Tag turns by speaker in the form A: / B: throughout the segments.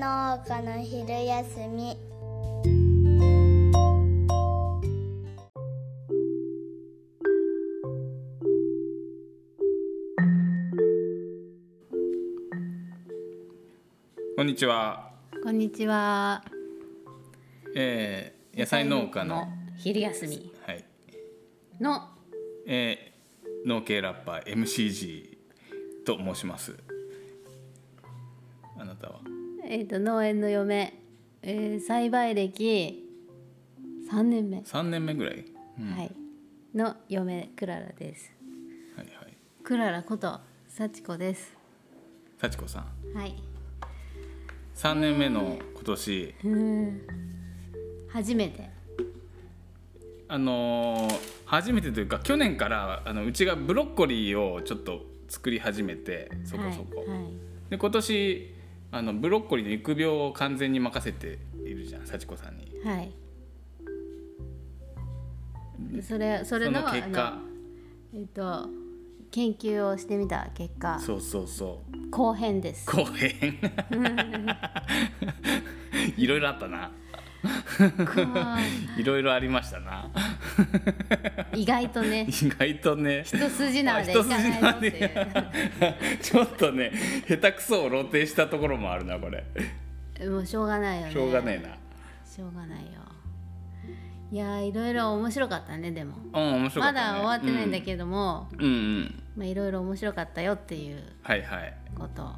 A: 農家の昼休み
B: こんにちは、
C: こんにちは。
B: えー野菜農家の
C: 昼休み
B: はい、
C: の
B: えー農系ラッパー MCG と申しますあなたは
C: えっ、と農園の嫁、えー栽培歴三年目、
B: 3年目ぐらい、うん
C: はいの嫁クララです。
B: はいはい
C: クララこと幸子です。
B: 幸子さん
C: はい。
B: 3年目の今年
C: うーん。初めて。
B: あのー初めてというか去年からあのうちがブロッコリーをちょっと作り始めてそこそこ、
C: はい。はい
B: で今年あのブロッコリーの育苗を完全に任せているじゃん幸子さんに
C: はいそれそれの
B: その結
C: あ
B: 果
C: のえっ、と研究をしてみた結果
B: そうそうそう
C: 後編です
B: 後編いろいろあったな
C: 怖
B: いろいろありましたな
C: い意外 とね
B: 意外とね
C: 一筋縄でいかないぞってい
B: 一筋縄で ちょっとね下手くそを露呈したところもあるなこれ
C: うもうしょうがないよね
B: しょうがねえな
C: しょうがないよいやーいろいろ面白かったねでも
B: うん面白か
C: ま
B: った、ね、
C: だ終わってないんだけども、
B: うん、うんうん
C: まあ、いろいろ面白かったよっていう
B: はいはい
C: こと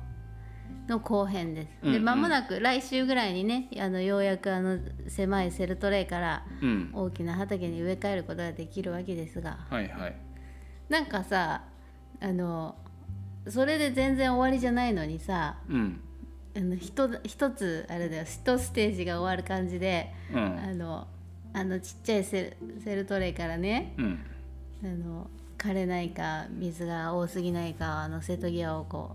C: の後編です、
B: うんう
C: で
B: ん
C: 間もなく来週ぐらいにねあのようやくあの狭いセルトレイから
B: うん
C: 大きな畑に植え替えることができるわけですが
B: はいはい
C: なんかさあのそれで全然終わりじゃないのにさ
B: うん
C: あの一一つあれだよ一ステージが終わる感じで、
B: う
C: あ
B: ん
C: のあのちっちゃいセルセルトレイからね
B: うん
C: あの枯れないか水が多すぎないかの瀬戸際をこ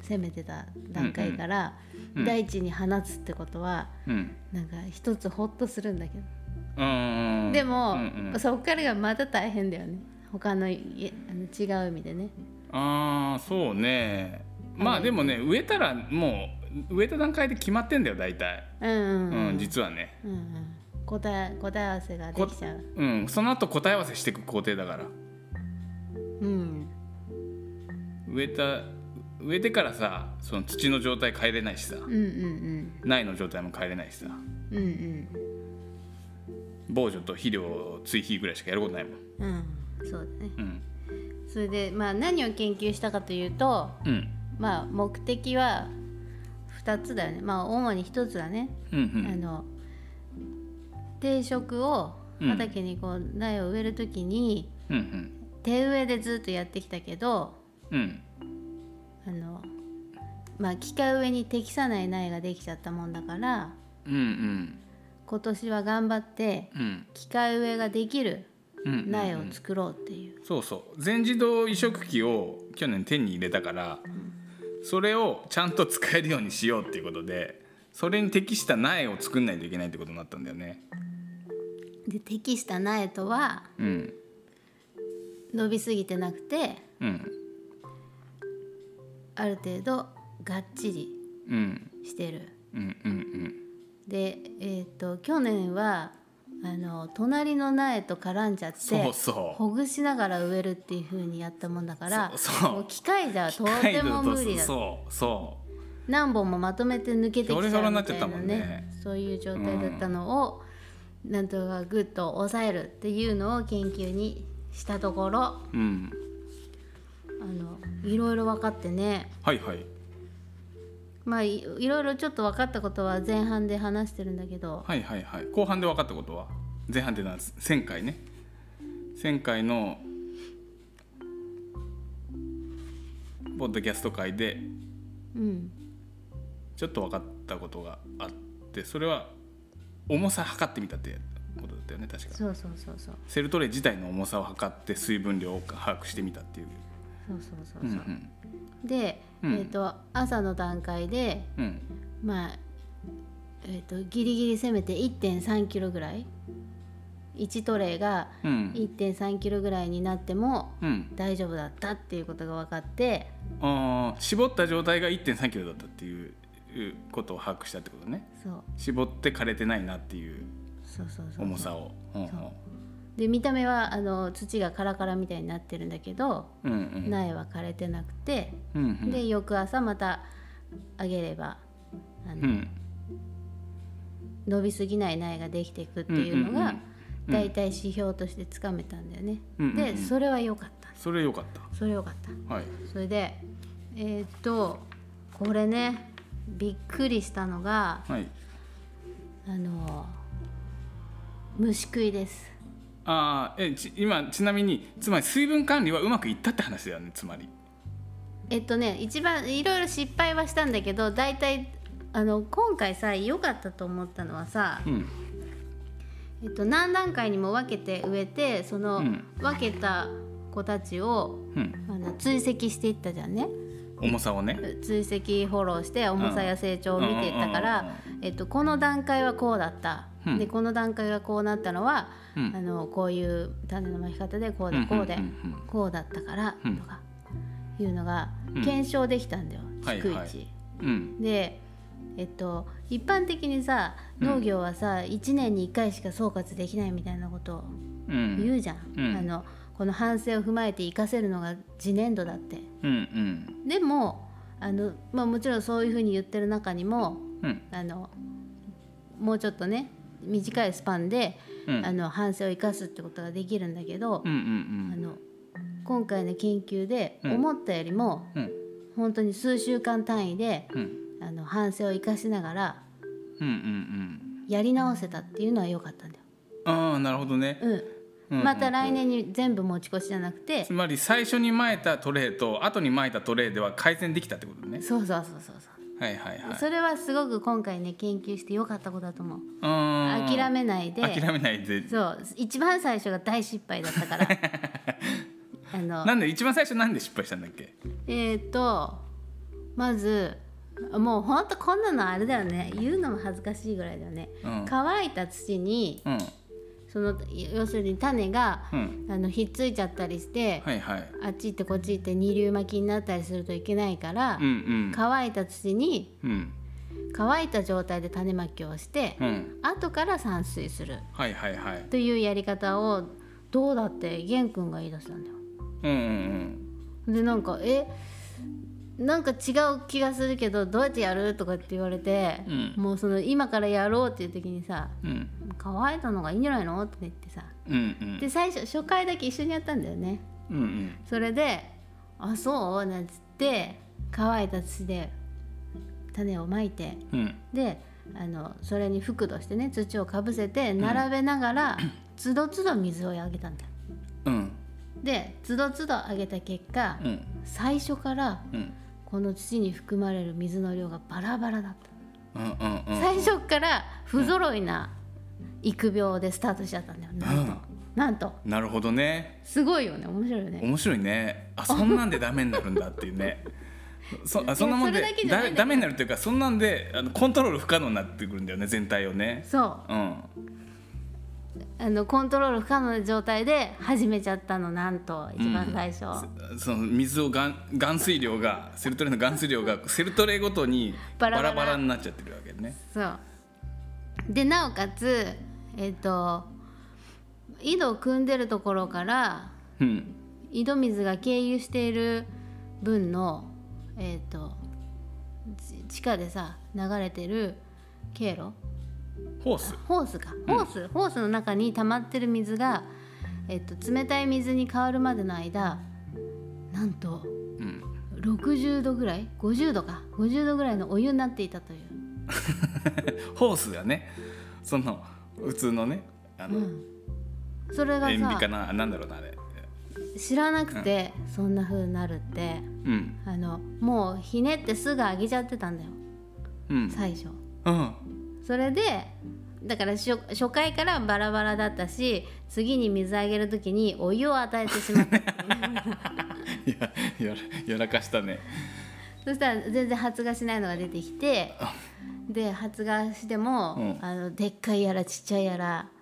C: う攻めてた段階から、
B: うんうんうん
C: 大地に放つってことは
B: うん
C: なんか一つホッとするんだけど、
B: うん
C: でも、
B: うんうん、
C: そっからがまた大変だよね他のいあの違う意味でね
B: ああそうねまあでもね植えたらもう植えた段階で決まってんだよ大体
C: うんうん
B: う
C: うん
B: ん実はね
C: うんうん答え答え合わせができちゃう
B: うんその後答え合わせしていく工程だから
C: うん
B: 植えた植えてからさその土の状態変えれないしさ
C: うんうん
B: 苗の状態も変えれないしさ
C: うんうん
B: 防除と肥料追肥ぐらいしかやることないもん
C: うんうんそうだね
B: うん
C: それでまあ何を研究したかというと
B: うん
C: まあ目的は2つだよねまあ主に1つだね、
B: うん
C: あの定食を
B: うん
C: 畑にこう苗を植える時に、
B: うんうん
C: 手植えでずっとやってきたけど
B: うん
C: あのまあ機械植えに適さない苗ができちゃったもんだから
B: うんうん
C: 今年は頑張って
B: うん
C: 機械植えができる
B: うんうん
C: 苗を作ろうっていう、
B: そうそう全自動移植機を去年手に入れたから、それをちゃんと使えるようにしようっていうことでそれに適した苗を作んないといけないってことになったんだよね
C: で適した苗とは
B: うん
C: 伸びすぎてなくて
B: うん
C: ある程度がっちり
B: うん
C: してる
B: うんうん
C: でえっ、と去年はあの隣の苗と絡んじゃって
B: そうそう
C: ほぐしながら植えるっていう風にやったもんだから
B: そうそう
C: もう機械じゃとても無理だ
B: そうそ
C: 何本もまとめて抜けてきちゃうみ
B: ひょろひょろになったて
C: い
B: た
C: な
B: もん
C: ね
B: ね
C: そういう状態だったのを、なんとかぐっと抑えるっていうのを研究にしたところあ
B: ううん
C: のいろいろ分かってね
B: はいはい
C: まあいいろいろちょっと分かったことは前半で話してるんだけど、
B: はいはいはい後半で分かったことは前半でなんです前回ね前回のポッドキャスト会で
C: うん、
B: ちょっと分かったことがあってそれは重さ測ってみたってことだったよね確か
C: そうそうそうそう
B: セルトレイ自体の重さを測って水分量を把握してみたっていう
C: そうそうそう
B: うん
C: そううんで、
B: うん
C: えっ、と朝の段階で
B: うん
C: まあえっ、とギリギリせめて1 3キロぐらい1トレイが
B: うん
C: 1 3キロぐらいになっても
B: うん
C: 大丈夫だったっていうことが分かって
B: あー絞った状態が1 3キロだったっていういうことを把握したってことね
C: そう
B: 絞って枯れてないなっていう
C: そうそうそう
B: 重さをうんうん
C: で見た目はあの土がカラカラみたいになってるんだけど、
B: うんうん
C: 苗は枯れてなくて、
B: うんうん
C: で翌朝またあげればあの、
B: うん
C: 伸びすぎない苗ができていくっていうの
B: うんうんう
C: が
B: んうん
C: 大体指標としてつかめたんだよね。
B: うんうんうん
C: でそれは良かった
B: それよかっ
C: それ良かった。
B: たはい
C: それでえーっとこれねびっくりしたのが
B: はい
C: あの虫食いです。
B: あーえち今ちなみにつまり水分管理はうまくいったって話だよねつまり
C: えっとね一番いろいろ失敗はしたんだけど大体あの今回さ良かったと思ったのはさ、
B: うん
C: えっと、何段階にも分けて植えてその、
B: うん
C: 分けた子たちを
B: うん
C: あの追跡していったじゃんね
B: 重さをね
C: 追跡フォローして重さや成長を見ていったから、えっと、この段階はこうだった、
B: うん
C: でこの段階がこうなったのは、
B: うん
C: あのこういう種のまき方でこうで
B: うん
C: こうで、
B: うんうんうん
C: こうだったから、
B: うん
C: とかいうのが
B: うん
C: 検証できたんだよ、
B: はい
C: 逐一。
B: はいうん
C: でえっと、一般的にさ農業はさ、1年に1回しか総括できないみたいなことを
B: うんうん
C: 言うじゃん、
B: うん
C: あのこの反省を踏まえて活かせるのが次年度だって
B: うん
C: でもあの、まあ、もちろんそういうふうに言ってる中にも
B: うん
C: あのもうちょっとね短いスパンで、
B: うん
C: あの反省を生かすってことができるんだけど
B: うんう、
C: あ
B: ん
C: の今回の研究で
B: うん
C: 思ったよりも
B: うん
C: 本当に数週間単位で
B: うん
C: あの反省を生かしながら
B: うんうんうん
C: やり直せたっていうのは良かったんだよ。
B: ああなるほどね、
C: うん、また来年に全部持ち越しじゃなくて、
B: つまり最初に撒いたトレーと後に撒いたトレーでは改善できたってことね
C: そうそうそうそうそう。
B: はいはいはい
C: それはすごく今回ね研究して良かったことだと思う
B: 諦
C: 諦めないで
B: 諦めないで
C: そう一番最初が大失敗だったから あの
B: なんで一番最初なんで失敗したんだっけ
C: えっ、とまずもうほんとこんなのあれだよね言うのも恥ずかしいぐらいだよね、
B: うん
C: 乾いた土に
B: うん
C: その要するに種が、
B: うん
C: あのひっついちゃったりして、
B: はいはい
C: あっち行ってこっち行って二流巻きになったりするといけないから、
B: うん
C: 乾いた土に
B: うんうん
C: 乾いた状態で種まきをして、
B: うん
C: 後から散水する
B: はいはいはい
C: というやり方をどうだって玄君が言い出したんだよ。
B: うんうん
C: でなんか「えなんか違う気がするけどどうやってやる?」とかって言われて、
B: うん
C: もうその今からやろうっていう時にさ
B: うんうん
C: 「乾いたのがいいんじゃないの?」って言ってさ
B: うんうん
C: で最初初回だけ一緒にやったんだよね。
B: うんうん
C: それで「あそう?」なんつって乾いた土で種をまいて
B: うん
C: であのそれに覆土してね土をかぶせて並べながら、つどつど水をあげたんだよ。
B: うん
C: でつどつどあげた結果、
B: うん
C: 最初から
B: うん
C: この土に含まれる水の量がバラバラだった、
B: うんうんうん
C: 最初から不揃いな育苗でスタートしちゃったんだよ、なんと、なんと
B: なるほどね
C: すごいよね面白いよね
B: 面白いねあそんなんでダメになるんだっていうねそあそんなもんで
C: いやそれだけじゃな
B: だ
C: いんだけど
B: ダメになるというかそんなんであのコントロール不可能になってくるんだよね全体をね
C: そう
B: うん
C: あのコントロール不可能な状態で始めちゃったのなんと一番最初、
B: その水をがん含水量がセルトレの含水量がセルトレごとにバ
C: バラ
B: ラ
C: バ
B: バ
C: ラ
B: ラになっちゃってるわけね
C: そうでなおかつえっ、と井戸を汲んでるところから
B: うん
C: 井戸水が経由している分のえっ、とち地下でさ流れてる経路
B: ホース
C: ホースかホース、ホースの中に溜まってる水が、えっと冷たい水に変わるまでの間なんと
B: うん
C: 60度ぐらい50度か50度ぐらいのお湯になっていたという
B: ホースがねその普通のねあの、
C: それが
B: 塩ビか
C: さ
B: ななんだろうなあれ
C: 知らなくてそんな風になるって
B: うん
C: あのもうひねってすぐ上げちゃってたんだよ
B: うん
C: 最初
B: うん
C: それでだから初初回からバラバラだったし次に水あげる時にお湯を与えてし まった
B: いややらやらかしたね
C: そしたら全然発芽しないのが出てきてで発芽しても、
B: うん
C: あのでっかいやらちっちゃいやらっ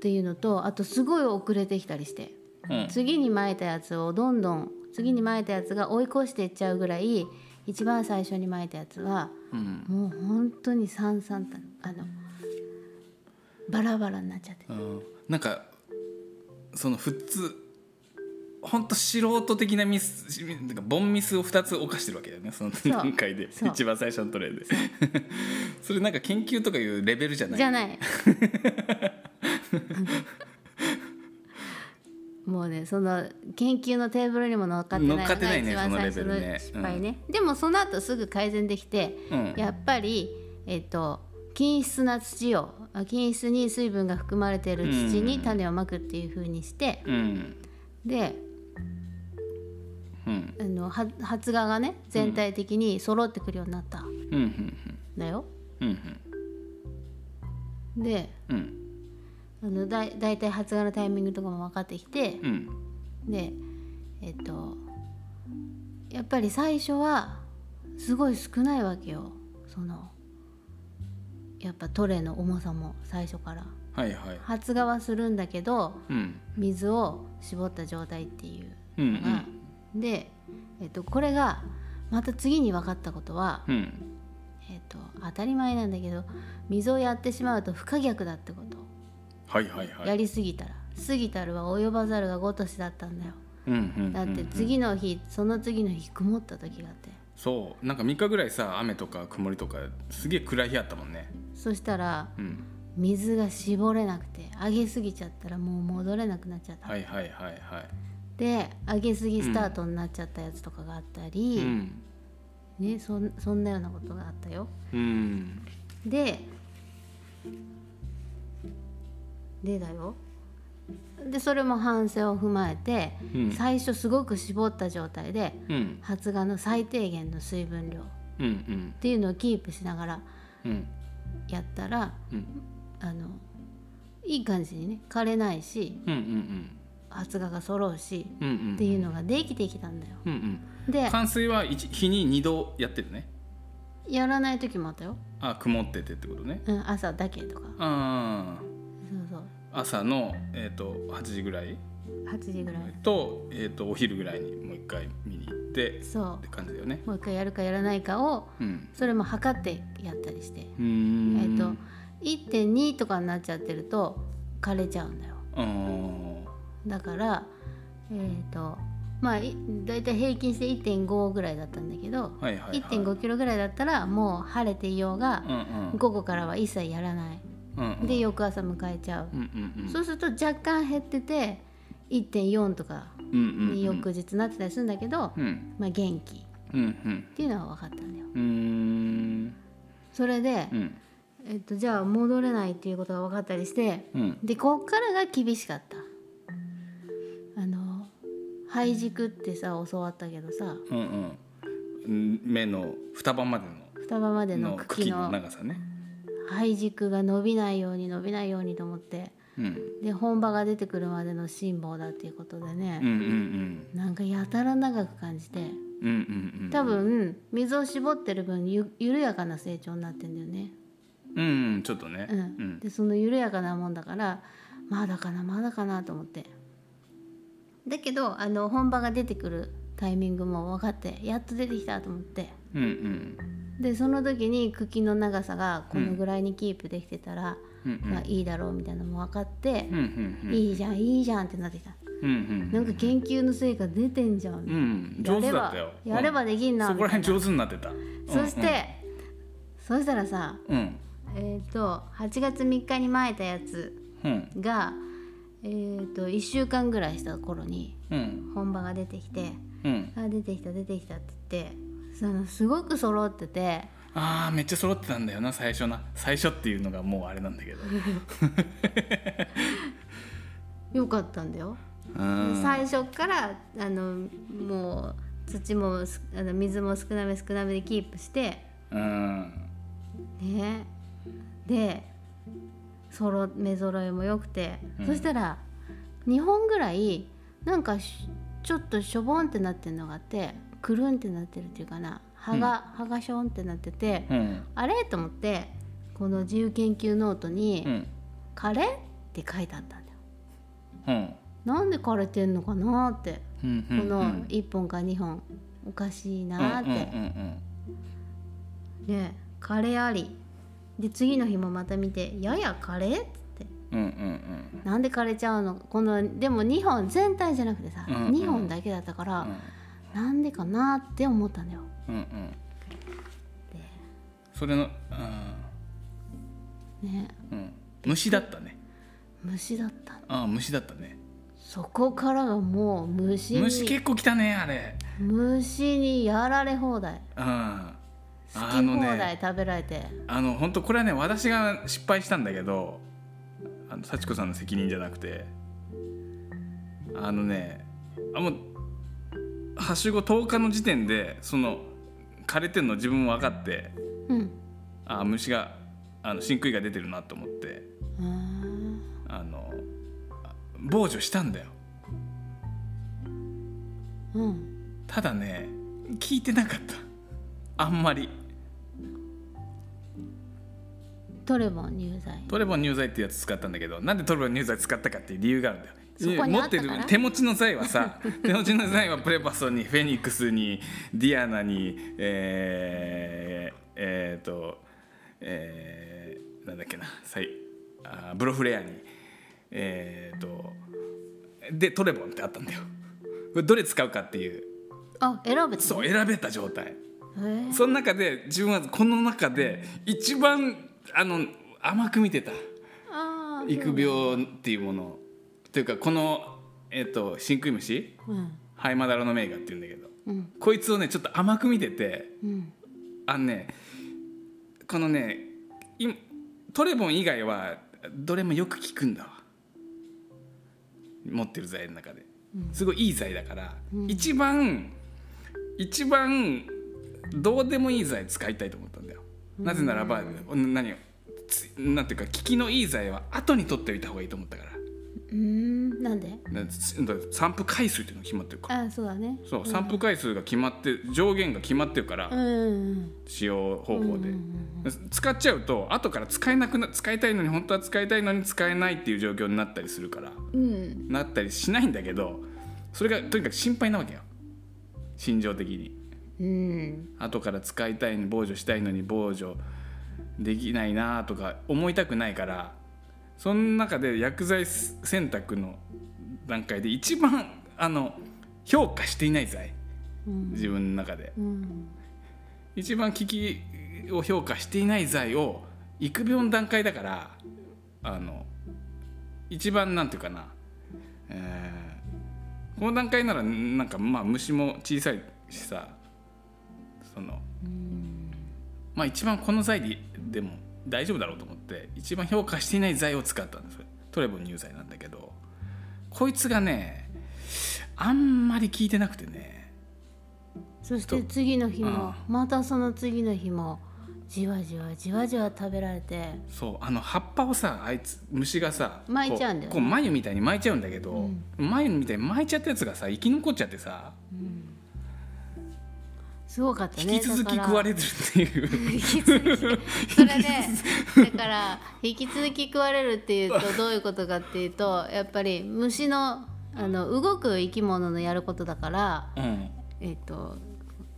C: ていうのとあとすごい遅れてきたりして。
B: うん
C: 次に撒いたやつをどんどん次に撒いたやつが追い越していっちゃうぐらい一番最初に巻いたやつは
B: うん
C: もう本当にさんさんとあのバラバラになっちゃって
B: うんなんかその普通ほんと素人的なミスしなんかボンミスを2つ犯してるわけだよねその
C: う
B: 段階で
C: そう
B: 一番最初のトレーで それなんか研究とかいうレベルじゃない
C: じゃない もうねその研究のテーブルにも乗っかってない
B: 乗っかってないね
C: 一番最
B: そ
C: 初
B: の
C: の
B: レベルね
C: 失敗ね、でもその後すぐ改善できて、
B: うん
C: やっぱりえっ、と均質な土をあ均質に水分が含まれている土に種をまくっていう風にして、
B: うん
C: で
B: うん
C: あのは発芽がね全体的に揃ってくるようになったん
B: うんうん
C: だよ。
B: うんうん
C: で
B: うん
C: あのだいだいたい発芽のタイミングとかも分かってきて、
B: うん
C: でえっとやっぱり最初はすごい少ないわけよそのやっぱトレイの重さも最初から
B: はいはい
C: 発芽はするんだけど
B: うん
C: 水を絞った状態っていう
B: うん
C: のが、で、えっと、これがまた次に分かったことは、
B: うんうん
C: えっと、当たり前なんだけど水をやってしまうと不可逆だってこと、
B: はいはいは
C: や
B: い
C: りすぎたら過ぎたるは及ばざるが如しだったんだよ
B: うんうんうん
C: だって次の日その次の日曇った時があって
B: そうなんか3日ぐらいさ雨とか曇りとかすげえ暗い日あったもんね
C: そしたら
B: うん
C: 水が絞れなくて上げすぎちゃったらもう戻れなくなっちゃった、
B: はいはいはいはい
C: で上げすぎスタートになっちゃったやつとかがあったり
B: う、ん
C: ね、そんそんなようなことがあったよ
B: うん
C: ででだよでそれも反省を踏まえて、
B: うん
C: 最初すごく絞った状態で
B: うん
C: 発芽の最低限の水分量っ
B: うんうん
C: ていうのをキープしながら
B: うん
C: やったら
B: うん
C: あのいい感じにね枯れないし
B: うんうん
C: 発芽が揃うし
B: うんうんうん
C: っていうのができてきたんだよ。
B: うんうん
C: で
B: 冠水は一日に二度やってるね
C: やらない時もあったよ。
B: あ曇っててってことね
C: うん、朝だけとか
B: あ
C: そうそう
B: あ朝のえっ、と8時ぐらい
C: 8時ぐらい
B: と,、えー、とお昼ぐらいにもう一回見に行ってっ
C: そ
B: て感じだよね
C: うもう一回やるかやらないかを
B: うん
C: それも測ってやったりして、
B: うーん
C: えっと1.2とかになっちゃってると枯れちゃうんだよ。
B: あー
C: だからえっ、とまあいだいたい平均して1.5ぐらいだったんだけど、
B: はいはい、はい、
C: 1.5キロぐらいだったらもう晴れていようが、
B: うんうん
C: 午後からは一切やらない
B: うんうん
C: で翌朝迎えちゃう
B: う、んうんうん
C: そうすると若干減ってて1.4とか
B: うんうんうん
C: に翌日なってたりするんだけど、
B: うん
C: まあ、元気っ
B: うんうん
C: ていうのは分かったんだよ
B: うーん
C: それで、
B: うん
C: えっと、じゃあ戻れないっていうことが分かったりして
B: うん
C: でこっからが厳しかったあの廃軸ってさ教わったけどさ
B: うんうん目の双葉まで
C: 双葉まで
B: のの
C: の
B: 茎
C: 茎
B: の
C: の
B: 長さね
C: 廃軸が伸びないように伸びないようにと思って
B: うん
C: で本場が出てくるまでの辛抱だっていうことで
B: うんう
C: ね、
B: ん
C: なんかやたら長く感じて
B: うんうんうんうん
C: 多分水を絞ってる分ゆ緩やかな成長になってんだよね、
B: うんうんちょっとね
C: うんでその緩やかなもんだからまだかなまだかなと思ってだけどあの本場が出てくるタイミングも分かってやっと出てきたと思って
B: うんうん
C: でその時に茎の長さがこのぐらいにキープできてたら、
B: うんうん
C: まあいいだろうみたいなのも分かって
B: うんう、ん
C: いいじゃんいいじゃんってなってきた
B: うんうん
C: なんか研究の成果出てんじゃん、
B: うん上手だったよ
C: やればやればできんな
B: うんそこら辺上手になってた
C: そして、そしたらさ
B: うん
C: えっ、と8月3日に撒いたやつ
B: うん
C: が、えー、と1週間ぐらいした頃に
B: うん
C: 本場が出てきて
B: うん
C: 「あ出てきた出てきた」って言ってそのすごく揃ってて
B: あーめっちゃ揃ってたんだよな最初な最初っていうのがもうあれなんだけど
C: よかったんだよ。
B: うん
C: 最初からあのもう土もすあの水も少なめ少なめでキープして
B: うん
C: ねで揃目揃いも良くて、そしたら2本ぐらいなんかしちょっとしょぼんってなってるのがあってくるんってなってるっていうかな葉が、葉がしょんってなってて、
B: うん
C: あれと思ってこの自由研究ノートに「
B: うん
C: 枯れ?」って書いてあったんだよ。
B: うん
C: なんで枯れてんのかなって、
B: うんうん
C: この1本か2本おかしい
B: うんうん
C: なーっ
B: う
C: て、
B: んうん
C: でカレーありで次の日もまた見て「ややカレー?」っつって
B: うんうん
C: 「なんでカレーちゃうのこのでも2本全体じゃなくてさ、
B: うん
C: 二
B: うん
C: 2本だけだったから、なんでかなって思ったんだよ。
B: うんうんうん
C: で
B: それの
C: ね
B: うんうん虫だったね
C: 虫だったの
B: ああ虫だったね
C: そこからがもう虫に
B: 虫結構来たねあれ
C: 虫にやられ放題
B: うん
C: 好
B: あ
C: き
B: の
C: 放
B: ね
C: 題食べられて、
B: あの本当これはね私が失敗したんだけどあの幸子さんの責任じゃなくてあのねあもうはしご10日の時点でその枯れてんの自分も分かって
C: うん
B: あ虫があの真空位が出てるなと思って
C: うーん
B: あのあ防除したんだよ
C: うん
B: ただね聞いてなかったあんまり
C: トレボン入剤
B: トレボン乳剤ってやつ使ったんだけどなんでトレボン乳剤使ったかっていう理由があるんだよ
C: そこに
B: 持
C: あ
B: っ
C: った
B: て
C: から
B: る手持ちの剤は さ手持ちの剤はプレパソにフェニックスにディアナにえー、えー、とえー、なんだっけなさいあーブロフレアにえー、とでトレボンってあったんだよどれ使うかっていう
C: あ選べて
B: そう選べた状態
C: へー
B: その中で自分はこの中で一番あの甘く見てた
C: あー
B: 育病っていうものというかこの、えっと真空虫
C: うん
B: ハイマダラの名画っていうんだけど
C: うん
B: こいつをねちょっと甘く見てて
C: うん
B: あのねこのねいトレボン以外はどれもよく効くんだわ持ってる剤の中で、すごいいい剤だから、一番一番どうでもいい剤使いたいと思ったんだよ、なぜならば何つなんていうか効きのいい剤は後に取っておいた方がいいと思ったから
C: うーんなんで
B: だから散布回数っていうのが決まってるから
C: あそうだね
B: そう散布回数が決まって上限が決まってるから、
C: うんうん
B: 使用方法で、
C: うんうん
B: 使っちゃうと後から使えなくな使いたいのに本当は使いたいのに使えないっていう状況になったりするから
C: うん
B: なったりしないんだけどそれがとにかく心配なわけよ心情的に
C: うん
B: 後から使いたいのに防除したいのに防除できないなとか思いたくないからその中で薬剤選択の段階で一番あの評価していない剤
C: うん
B: 自分の中で
C: うん
B: 一番危機を評価していない罪を育病の段階だからあの一番なんていうかな、えーこの段階ならなんかまあ虫も小さいしさそのまあ一番この罪ででも大丈夫だろうと思って一番評価していない罪を使ったんですトレボン入罪なんだけどこいつがねあんまり効いてなくてね
C: そして次の日も
B: あ
C: またその次の日もじわじわじわじわ食べられて
B: そうあの葉っぱをさあいつ虫がさ
C: 巻いちゃうんだよね
B: こうこう眉みたいに巻いちゃうんだけど、
C: うん
B: 眉みたいに巻いちゃったやつがさ生き残っちゃってさ
C: すごかった
B: 引
C: ね
B: き続き
C: だから
B: 食われてるっていう
C: それでだから引き続き食われるっていうとどういうことかっていうとやっぱり虫のあの動く生き物のやることだから
B: うん
C: えっ、と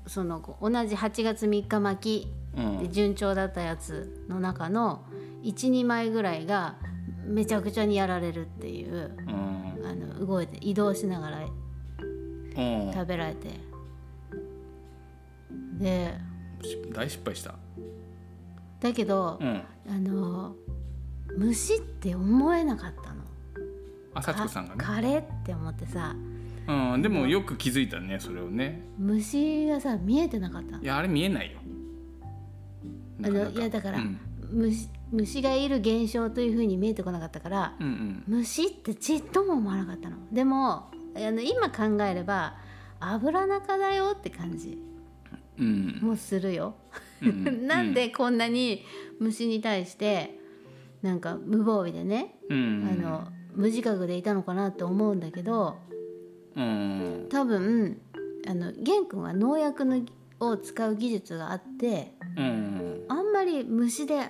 C: そのこう同じ8月3日巻き
B: うん
C: で順調だったやつの中の12枚ぐらいがめちゃくちゃにやられるっていう
B: うん
C: あの動いて移動しながら
B: うん
C: 食べられてで
B: 大失敗した
C: だけど、
B: うん
C: あの虫って思えなかったの。
B: あ幸子さんがね
C: カレーって思ってさ
B: うんでもよく気づいたねそれをね
C: 虫がさ見えてなかったの
B: いやあれ見えないよ
C: あ
B: なか
C: の
B: なか
C: いやだから、
B: うん
C: 虫虫がいる現象というふうに見えてこなかったから、
B: うんうん
C: 虫ってちっとも思わなかったのでもあの今考えれば油中だよって感じ
B: うん
C: もするよ、
B: うん
C: なんでこんなに虫に対してなんか無防備でね、
B: うん
C: あの無自覚でいたのかなって思うんだけど
B: うん
C: 多分あの玄君は農薬のを使う技術があって
B: うん
C: あんまり虫で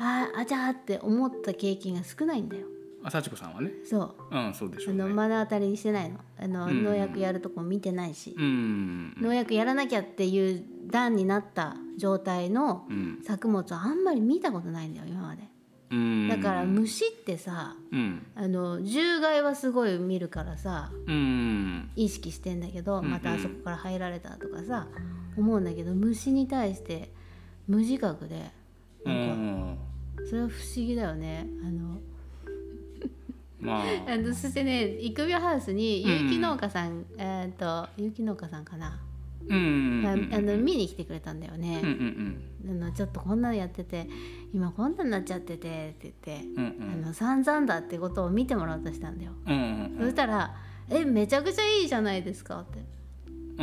C: ああじゃあって思った経験が少ないんだよ。
B: あ幸子さんはね
C: そう
B: うんそうでし
C: あ
B: ょうね
C: の目の当たりにしてないのあの、
B: うん
C: 農薬やるとこ見てないし、
B: うん
C: 農薬やらなきゃっていう段になった状態の
B: うん
C: 作物はあんまり見たことないんだよ今まで
B: うん
C: だから虫ってさ
B: うん
C: あの獣害はすごい見るからさ
B: うん
C: 意識してんだけど
B: うんうん
C: またあそこから入られたとかさ思うんだけど虫に対して無自覚で
B: う
C: なんか
B: ん
C: それは不思議だよねあの
B: まあ
C: あのそしてね育苗ハウスに有機農家さん、えーっと有機農家さんかな、
B: うん
C: があ
B: うん
C: の見に来てくれたんだよね
B: うんう、ん
C: あのちょっとこんなのやってて今こんなになっちゃっててって言って、
B: うんうん
C: あの散々だってことを見てもらおうとしたんだよ、
B: うんうんう
C: そ
B: ん
C: したら「えめちゃくちゃいいじゃないですか」って
B: うん
C: 「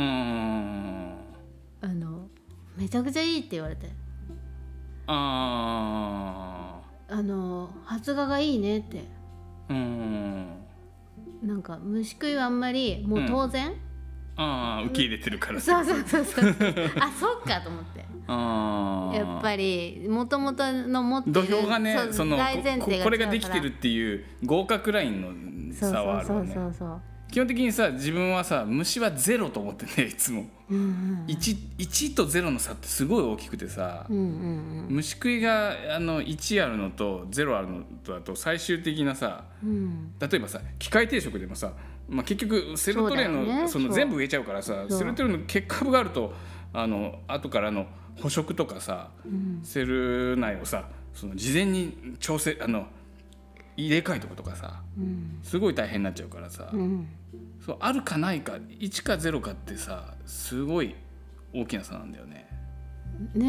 C: あのめちゃくちゃいい」って言われて
B: あ
C: 「あの発芽がいいね」って
B: ーうん
C: なんか虫食いはあんまりもう当 然、
B: あー受け入れてるから
C: そうそうそうそうあそっかと思って。
B: あー
C: やっぱりもともとの持ってる
B: 土俵がね
C: う
B: そのこ
C: 大前
B: こ
C: 提が
B: これができて
C: 違う
B: るっていう合格ラインの
C: から
B: 差はある
C: そ
B: わ
C: うそうそ
B: ね
C: うそう
B: 基本的にさ自分はさ虫はゼロと思ってねいつも
C: うんうんうん
B: 1, 1とゼロの差ってすごい大きくてさ、
C: うんうん
B: 虫食いがあの1あるのと0あるのとだと最終的なさ
C: うんうん
B: 例えばさ機械定食でもさ、まあ、結局セロトレイ
C: そ
B: の
C: う
B: そ、
C: だよねそ
B: の
C: う
B: 全部植えちゃうからさ
C: そう
B: セロトレイの欠株があるとあの後からの捕食とかさ、
C: うん
B: セル内をさその事前に調整あの入れ替えとことかさ
C: うん
B: すごい大変になっちゃうからさ、
C: うん
B: そうあるかないか1か0かってさすごい大きな差なんだよね。
C: ねえ、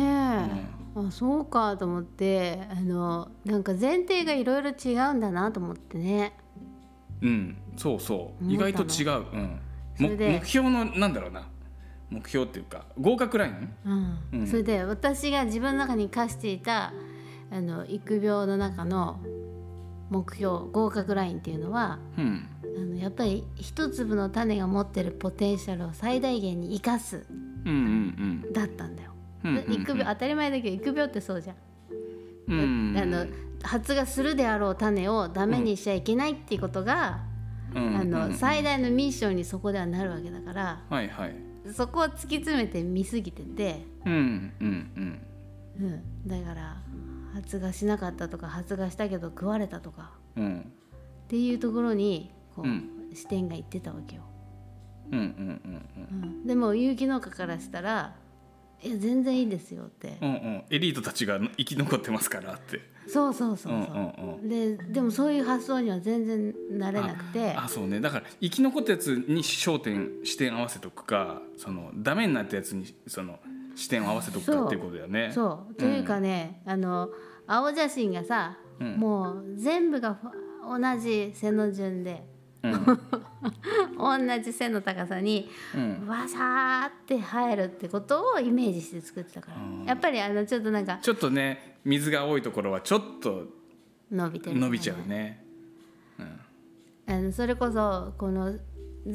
C: あそうかと思ってあのなんか前提がいろいろ違うんだなと思ってね
B: うん、そうそう
C: 思
B: 意
C: ったの
B: 外と違う、うん、
C: そ
B: も
C: れで
B: 目標のなんだろうな目標っていうか合格ライン
C: うん
B: うん
C: それで私が自分の中に課していたあの育苗の中の目標合格ラインっていうのは
B: うん
C: あのやっぱり一粒の種が持ってるポテンシャルを最大限に生かす
B: うんうん
C: だったんだよ。
B: うんうんうんうん
C: 育苗当たり前だけど育苗ってそうじゃん。
B: うん
C: あの発芽するであろう種をダメにしちゃいけないっていうことが、
B: うん
C: あ
B: うん
C: の最大のミッションにそこではなるわけだから
B: はいはい
C: そこを突き詰めて見すぎてて、
B: うんうんうん
C: うん、だから発芽しなかったとか発芽したけど食われたとか
B: うん
C: っていうところにこう、
B: うん
C: 視点がいってたわけよ。
B: うんうんうん
C: うんでも有機農家からしたら「いや全然いいですよ」って、
B: うんうんうんエリートたちが生き残ってますからって
C: そうそうそうそう。
B: うんうんうん
C: ででもそういう発想には全然なれなくて
B: ああそうねだから生き残ったやつに焦点視点合わせとくかそのダメになったやつにその視点を合わせとく
C: そ
B: か
C: う
B: っていうことだよね
C: そうというかね、あの青写真がさ、
B: うん
C: もう全部がふ同じ背の順で
B: うん
C: 同じ背の高さに
B: うん
C: わさーって生えるってことをイメージして作ってたから、
B: うん
C: やっぱりあのちょっとなんか
B: ちょっとね水が多いところはちょっと
C: 伸びてる
B: 伸びちゃうね。
C: あのそれこそこの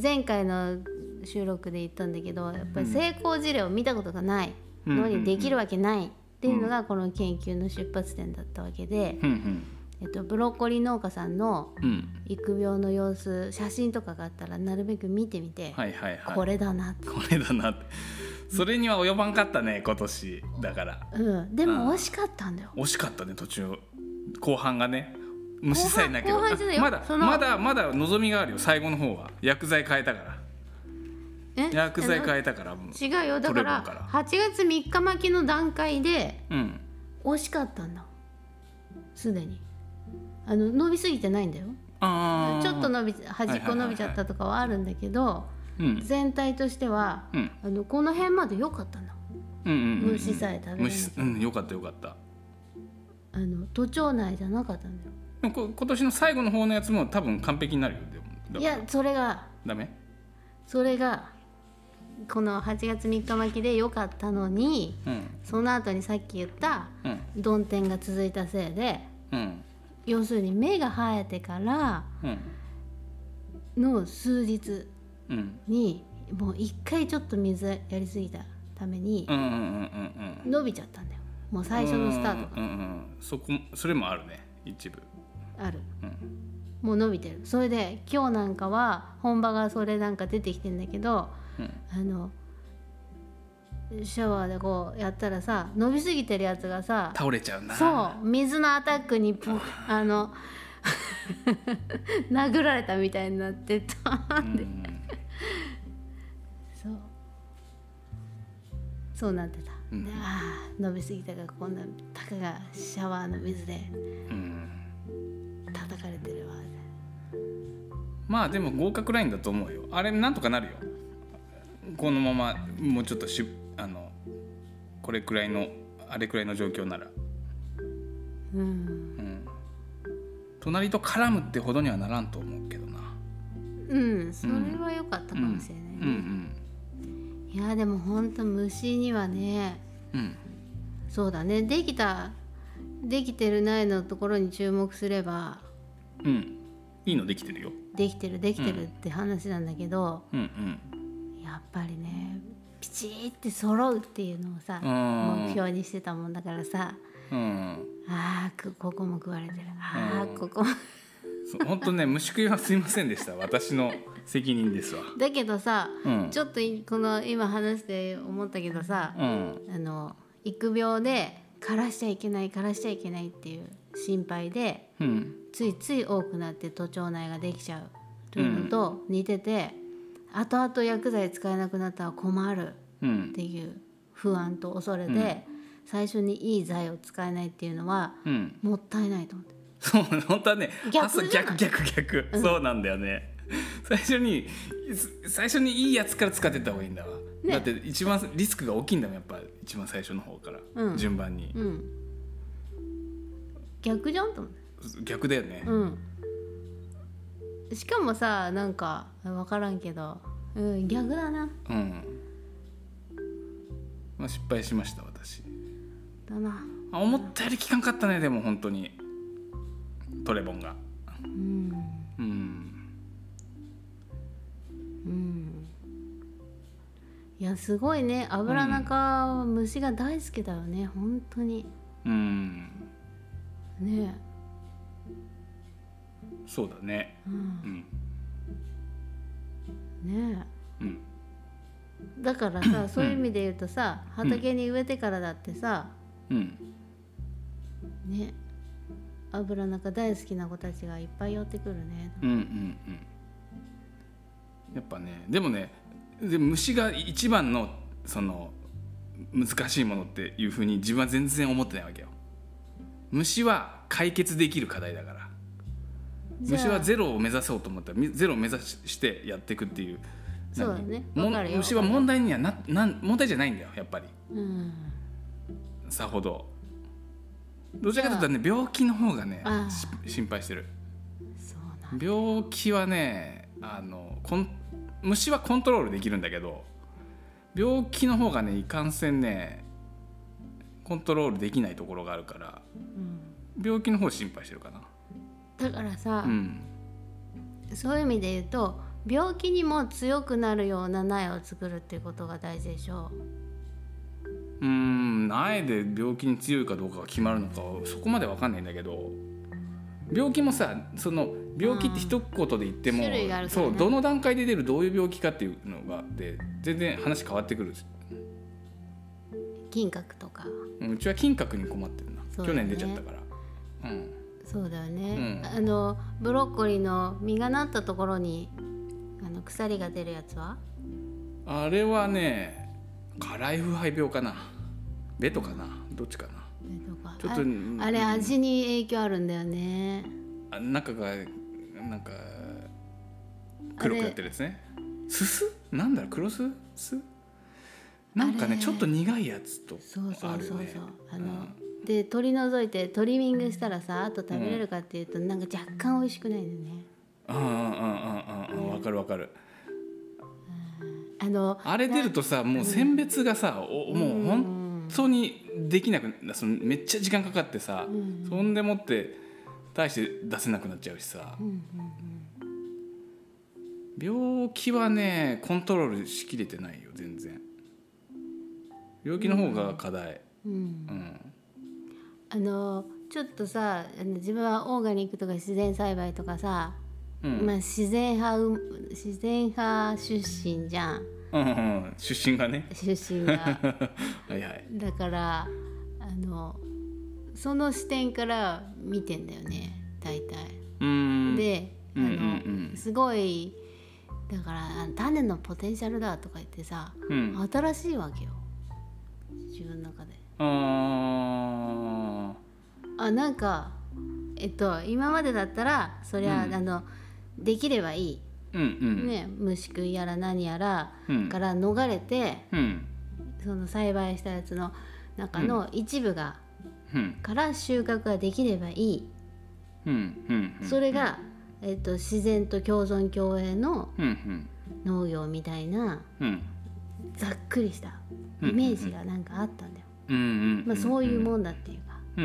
C: 前回の収録で言ったんだけどやっぱり成功事例を見たことがないのにできるわけないっていうのがこの研究の出発点だったわけで、
B: うん
C: えっと、ブロッコリー農家さんの
B: うんうん
C: 育苗の様子写真とかがあったらなるべく見てみて、
B: はいはいはい。
C: これだなって、
B: これだなって。それには及ばんかったね今年だから
C: うん、でも惜しかったんだよ。
B: 惜しかったね途中後半がね虫さえなければ
C: 後半後半じゃないよ
B: まだ
C: その
B: まだまだ望みがあるよ最後の方は薬剤変えたから
C: え
B: 薬剤変
C: あ
B: えたからもう
C: の違うよだ
B: 取
C: か
B: れる
C: ら
B: のから
C: 8月3日巻きの段階で
B: うん
C: 惜しかったんだすでにあの伸びすぎてないんだよ
B: あー
C: ちょっと伸び端っこ伸びちゃったとかはあるんだけど
B: うん
C: 全体としては
B: うん
C: あのこの辺まで良かったんだ
B: うんうんうん
C: 虫さえ食べれない
B: 虫うんよかったよかった
C: あの都庁内じゃなかったんだよ
B: でもこ今年の最後の方のやつも多分完璧になるよでもだから
C: いやそれが
B: ダメ
C: それがこの8月3日巻きで良かったのに
B: うん
C: その後にさっき言った
B: うん
C: 曇天が続いたせいで
B: うん
C: 要するに芽が生えてから
B: うん
C: の数日
B: うん
C: にもう一回ちょっと水やりすぎたために
B: うんうんうんうんうん
C: 伸びちゃったんだよもう最初のスタート
B: うんうんうんそこそれもあるね一部
C: がある
B: うん
C: もう伸びてるそれで今日なんかは本場がそれなんか出てきてんだけど
B: うん
C: あのシャワーでこうやったらさ伸びすぎてるやつがさ
B: 倒れちゃうな
C: そう水のアタックにポあの 殴られたみたいになってた
B: うん
C: そうそうなってた、
B: うん
C: でああ伸びすぎたからこんなたかがシャワーの水で
B: うん
C: 叩かれてるわ
B: まあでも合格ラインだと思うよあれなんとかなるよこのままもうちょっとしあのこれくらいのあれくらいの状況なら
C: うん、
B: うん隣と絡むってほどにはならんと思うけどな
C: うん、それは良かったかもしれない、
B: うん
C: いやでもほんと虫にはね
B: うんうん
C: そうだねできたできてるないのところに注目すれば
B: うんいいのできてるよ
C: できてるできてるって話なんだけど、
B: うんうん
C: やっぱりねピチーって揃うっていうのをさ
B: うん
C: 目標にしてたもんだからさ
B: うん
C: あーくここも食われてるあーここも
B: そう本当ね虫食いはすいませんでした私の責任ですわ
C: だけどさ、
B: うん
C: ちょっといこの今話して思ったけどさ、
B: うん
C: あの育病で枯らしちゃいけない枯らしちゃいけないっていう心配で
B: うん
C: ついつい多くなって都庁内ができちゃうというのと似てて、後々薬剤使えなくなったら困る
B: うん
C: っていう不安と恐れで、
B: うん
C: 最初にいい剤を使えないっていうのは
B: うん
C: もったいないと思って
B: そう本当はね
C: 逆
B: 朝
C: じゃな
B: 逆
C: い
B: 逆逆、そうなんだよね最初にす最初にいいやつから使ってった方がいいんだわ、
C: ね
B: だって一番リスクが大きいんだもんやっぱ一番最初の方から、
C: うん
B: 順番に、
C: うん逆じゃんと思って
B: 逆だよね、
C: うんしかもさなんか分からんけど、うん、逆だな
B: うんまあ、失敗しました私
C: だな
B: あ思ったより効かんかったねでも本当にトレボンが
C: うん
B: うん
C: うんいやすごいね油中は虫が大好きだよね、本当に
B: うん
C: ね
B: そうだね
C: え、う、
B: うんん
C: ね
B: うん
C: えだからさそういう意味で言うとさ畑に植えてからだってさ、
B: うん
C: ね油中大好きな子たちがいっぱい寄ってくるね
B: うんうんうんやっぱねでもねで虫が一番のその難しいものっていうふうに自分は全然思ってないわけよ虫は解決できる課題だから
C: じゃあ
B: 虫はゼロを目指そうと思ったらみゼロを目指してやっていくっていう
C: そうだね
B: 何も
C: わかるよ
B: 虫は問題にはななん問題じゃないんだよやっぱり
C: うん
B: さほどどちらかというとね病気の方がね
C: あー
B: し心配してる
C: そうな
B: 病気はねあのこん虫はコントロールできるんだけど病気の方がねいかんせんねコントロールできないところがあるから
C: うん
B: 病気の方心配してるかな
C: だからさ、
B: うん
C: そういう意味で言うと病気にも強くなるような苗を作るっていうことが大事でしょ
B: うーん苗で病気に強いかどうかが決まるのかはそこまでわかんないんだけど病気もさその病気って一言で言っても、
C: 種類があるから
B: そ
C: ね
B: うどの段階で出るどういう病気かっていうのがあって全然話変わってくる
C: う金閣とか
B: うんうちは金閣に困ってるな、
C: そう
B: 去
C: だね
B: 年出ちゃったからうん
C: そうだよね、
B: うん
C: あのブロッコリーの実がなったところにあの鎖が出るやつは
B: あれはね辛い腐敗病かなベトかなどっちかな
C: えとか
B: ちょっと
C: あ
B: うん
C: あれ味に影響あるんだよね
B: あ中がなんか黒くなってるやつねすすなんだろう黒すすなんか
C: あ
B: ね
C: れ
B: ちょっと苦いやつと
C: そうそう
B: あ
C: そう
B: る
C: そう
B: よ
C: あ,、
B: ね
C: の、で取り除いてトリミングしたらさあと食べれるかっていうと、なんか若干美味しくないんだよね
B: うんうんうんうんうんうんわかるわかる
C: あの
B: あれ出るとさもう選別がさ、おもう本当にできなくなそのめっちゃ時間かかってさ、そんでもって大して出せなくなっちゃうしさ、病気はねコントロールしきれてないよ全然病気の方が課題
C: うん
B: うん
C: あのちょっとさあの自分はオーガニックとか自然栽培とかさ、
B: うん
C: まあ、自然派う自然派出身じゃん
B: うんうん、出身がね
C: 出 身が
B: はいはい
C: だからあのその視点から見てんだよね大体。
B: うーん
C: で、
B: うん
C: あの
B: うんうん
C: すごいだからあ種のポテンシャルだとか言ってさ、
B: うん
C: 新しいわけよ自分の中で。
B: あ
C: あなんかえっと今までだったらそりゃ、
B: うん
C: あのできればいい、
B: ーうんうん、
C: ね、虫食いやら何やら
B: うん
C: から逃れて、
B: うん
C: その栽培したやつの中の一部が、
B: うん
C: から収穫ができればいい、
B: うんうんうん
C: それが、えっと、自然と共存共栄の
B: うんうん
C: 農業みたいな
B: うん
C: ざっくりしたイメージがなんかあったんだよ、
B: うんうん
C: まあ、そういうも
B: ん
C: んだっていうか
B: うん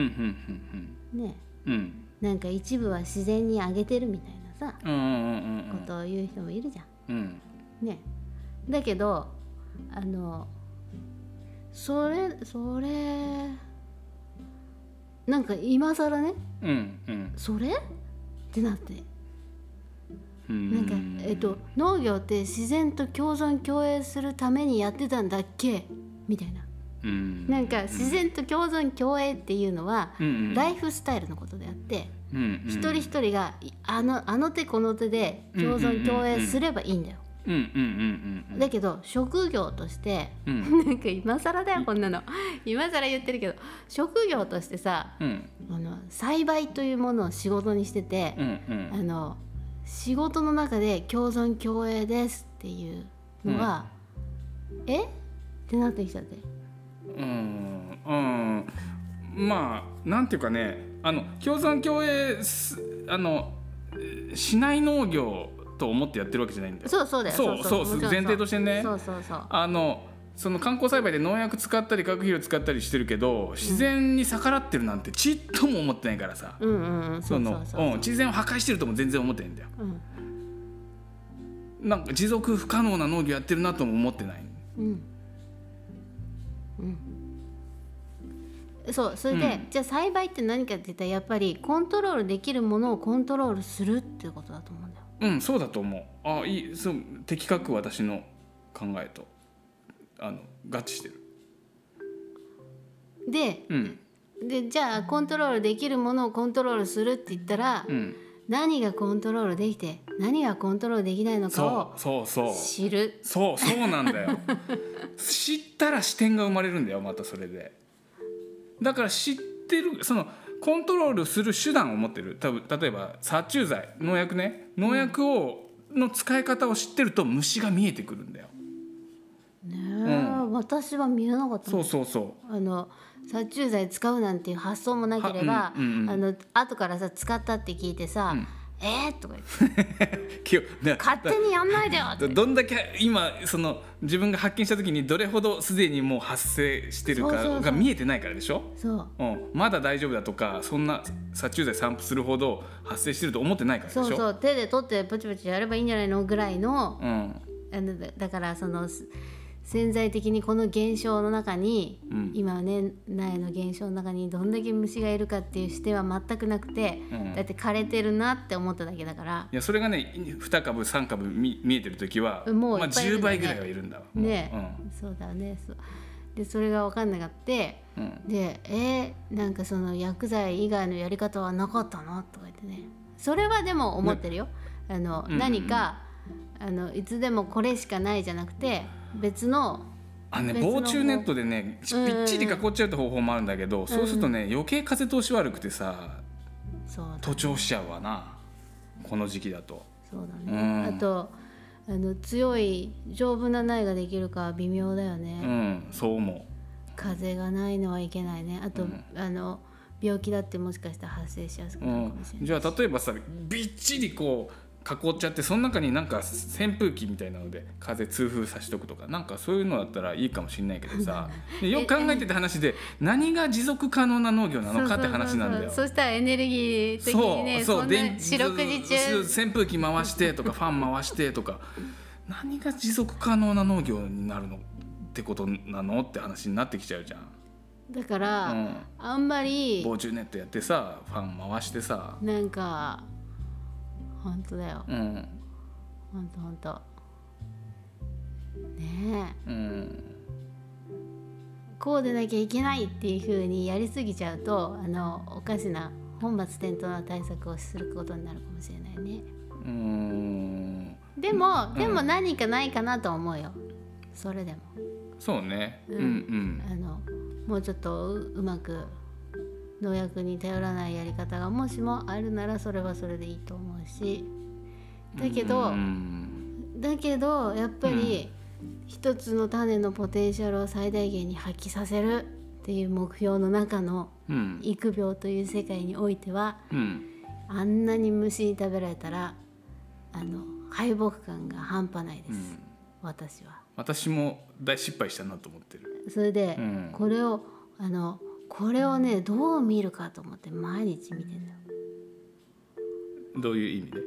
B: うん
C: ね
B: うんうん
C: なんか一部は自然にあげてるみたいなさ
B: うんうんうんうん
C: ことを言う人もいるじゃ
B: う
C: ん。
B: ん
C: ねだけどあのそれそれなんか今更ね
B: うんうん
C: それってなって
B: うん
C: なんかえっと農業って自然と共存共栄するためにやってたんだっけみたいな
B: うん
C: なんか自然と共存共栄っていうのは
B: うんうん
C: ライフスタイルのことであって
B: うんうん
C: 一人一人がいあのあの手この手で共存共栄すればいいんだよ
B: うんうんうんうん
C: だけど職業として
B: うん
C: なんか今更だよこんなの 今更言ってるけど職業としてさ
B: うん
C: あの栽培というものを仕事にしてて
B: う、んうん
C: あの仕事の中で共存共栄ですっていうのは、えってなってきちゃって
B: うんうんまあなんていうかねあの共産共栄すあのえーしない農業と思ってやってるわけじゃないんだよ。
C: そうそうだよ
B: そうそう
C: もちろん
B: 前提としてね
C: そうそうそう
B: あのその観光栽培で農薬使ったり化学肥料使ったりしてるけど自然に逆らってるなんてちっとも思ってないからさ、
C: うんうんうんそ
B: そうの
C: そうそう
B: うん自然を破壊してるとも全然思ってないんだよ
C: うん
B: なんか持続不可能な農業やってるなとも思ってない
C: うんうんそうそれで、
B: うん
C: じゃあ栽培って何かって言ったらやっぱりコントロールできるものをコントロールするっていうことだと思うんだよ
B: うんそうだと思うあいいそう的確私の考えとあの合致してる
C: で
B: うん
C: でじゃあコントロールできるものをコントロールするって言ったら、
B: うん
C: 何がコントロールできて何がコントロールできないの
B: そ
C: か
B: うそうそう
C: を知る
B: そうそうなんだ よ知ったら視点が生まれるんだよまたそれでだから知ってるそのコントロールする手段を持ってる多分例えば殺虫剤農薬ね農薬を、の使い方を知ってると虫が見えてくるんだよ
C: ねえ、私は見えなかった
B: そ
C: もん
B: うそうそう
C: あの殺虫剤使うなんていう発想もなければ
B: は、うんうんうん
C: あの後からさ使ったって聞いてさ「
B: うん
C: えー?」とか言って
B: きゅだ
C: 「勝手にやんないでよ!」っ
B: ど
C: て。
B: どんだけ今その自分が発見した時にどれほどすでにもう発生してる
C: そうそうそ
B: か
C: う
B: が見えてないからでしょ
C: そう
B: うん、まだ大丈夫だとかそんな殺虫剤散布するほど発生してると思ってないからでし
C: そ
B: ょ
C: うそう手で取ってプチプチやればいいんじゃないのぐらいの
B: うん
C: あのだだからそのす潜在的にこの現象の中に、
B: うん
C: 今はね苗の現象の中にどんだけ虫がいるかっていう視点は全くなくて、
B: うん
C: だって枯れてるなって思っただけだから
B: いやそれがね2株3株見見えてる時は
C: もうい
B: ま
C: っ
B: あ、
C: ぱいい
B: 10
C: るんだね
B: 倍ぐらいはいるんだわもう
C: ね、そうだねそうでそれが分かんなかって
B: うんうん
C: で「えーなんかその薬剤以外のやり方はなかったの?」とか言ってねそれはでも思ってるよ、あの、
B: うんうん
C: 何かあのいつでもこれしかないじゃなくて別の
B: あのね
C: 別の
B: 防虫ネットでねちぴっちり囲っちゃうって方法もあるんだけど、そうするとね余計風通し悪くてさ
C: そうだ
B: 徒長しちゃうわなこの時期だと。
C: そうだ
B: うん
C: ね、あとあの強い丈夫な苗ができるかは微妙だよね、
B: うん、そう思
C: 風がないのはいけないねあと、
B: うん
C: あの病気だってもしかしたら発生しやすく
B: う、う
C: なるか
B: ん
C: もし、れない、
B: じゃあ例えばさびっちりこう囲っちゃってその中になんか扇風機みたいなので風通風さしとくとかなんかそういうのだったらいいかもしれないけど さでよく考えてた話で何が持続可能な農業なのかって話なんだよ。
C: そうそうそうそうそしたらエネルギー的にねそん
B: 電
C: な四六時中
B: ず扇風機回して とかファン回してとか何が持続可能な農業になるのってことなのって話になってきちゃうじゃん。
C: だから、
B: うん
C: あんまり
B: 防虫ネットやってさファン回してさ
C: なんか本当だよ
B: うん
C: 本当本当ねえ
B: うん
C: こうでなきゃいけないっていう風にやりすぎちゃうとあのおかしな本末転倒な対策をすることになるかもしれないね
B: うん
C: でも、
B: ん
C: でも何かないかなと思うよそれでも
B: そうねうん
C: ん
B: うん
C: あのもうちょっとううまく農薬に頼らないやり方がもしもあるならそれはそれでいいと思うしだけど、
B: うん
C: だけどやっぱり一つの種のポテンシャルを最大限に発揮させるっていう目標の中の
B: うん
C: 育苗という世界においては
B: うん
C: あんなに虫に食べられたらあの敗北感が半端ないです、
B: うん
C: 私は。
B: 私も大失敗したなと思ってる
C: それで、
B: うん
C: これをあのこれをねどう見るかと思って毎日見てんだ
B: どういう意味で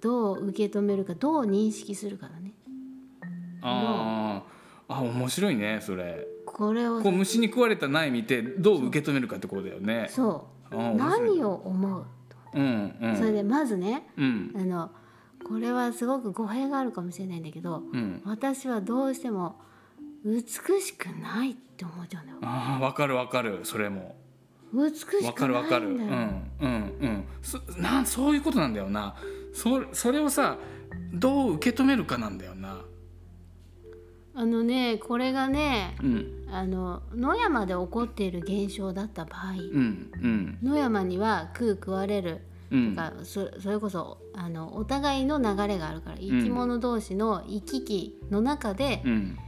C: どう受け止めるかどう認識するかだね
B: あーあ面白いねそれ
C: これを
B: こう虫に食われた苗見てどう受け止めるかってことだよね
C: そ
B: あ
C: う
B: ー面白い
C: 何を思うと
B: うんうん
C: それでまずね
B: うん
C: あのこれはすごく語弊があるかもしれないんだけど
B: うん
C: 私はどうしても美しくないって思っちゃうんだよ
B: ああわかるわかるそれも
C: 美し
B: わ
C: く
B: かるわ
C: な
B: か
C: い
B: るうんん
C: だ
B: う
C: よ、
B: んうんそなんそういうことなんだよなそそれをさどう受け止めるかなんだよな
C: あのねこれがね
B: うん
C: あの野山で起こっている現象だった場合、
B: うんうん
C: 野山には食う食われる
B: うん
C: とか、そそれこそあのお互いの流れがあるから生き物同士の行き来の中で
B: う、ん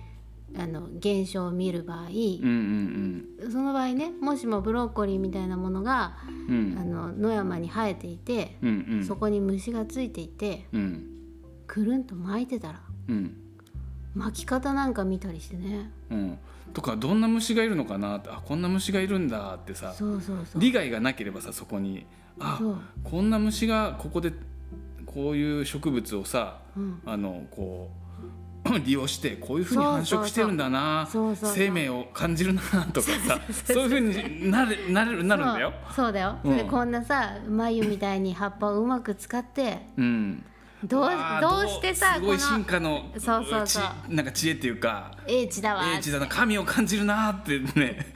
C: あの現象を見る場合、
B: うんうん
C: その場合ねもしもブロッコリーみたいなものが、
B: うんう
C: あ
B: ん
C: の野山に生えていて、
B: うんうん
C: そこに虫がついていて
B: うん
C: くるんと巻いてたら
B: うん
C: 巻き方なんか見たりしてね
B: うんとかどんな虫がいるのかなってあこんな虫がいるんだってさ
C: そうそうそう
B: 利害がなければさそこにあ
C: そう、
B: こんな虫がここでこういう植物をさ
C: うん、
B: あのこう 利用してこういうふうに繁殖してるんだな
C: そうそうそうそうそうそう
B: 生命を感じるなとかさそういうふうになれなれるなるんだよ。
C: そうそうだよ、
B: うん
C: それでこんなさ眉みたいに葉っぱをうまく使って
B: うん、
C: どう
B: あー
C: どうしてさ
B: す
C: こ
B: ご
C: の
B: い進化の
C: そうそうそう
B: ちなんか知恵っていうか
C: 英知だわ
B: 英知だな神を感じるなって ね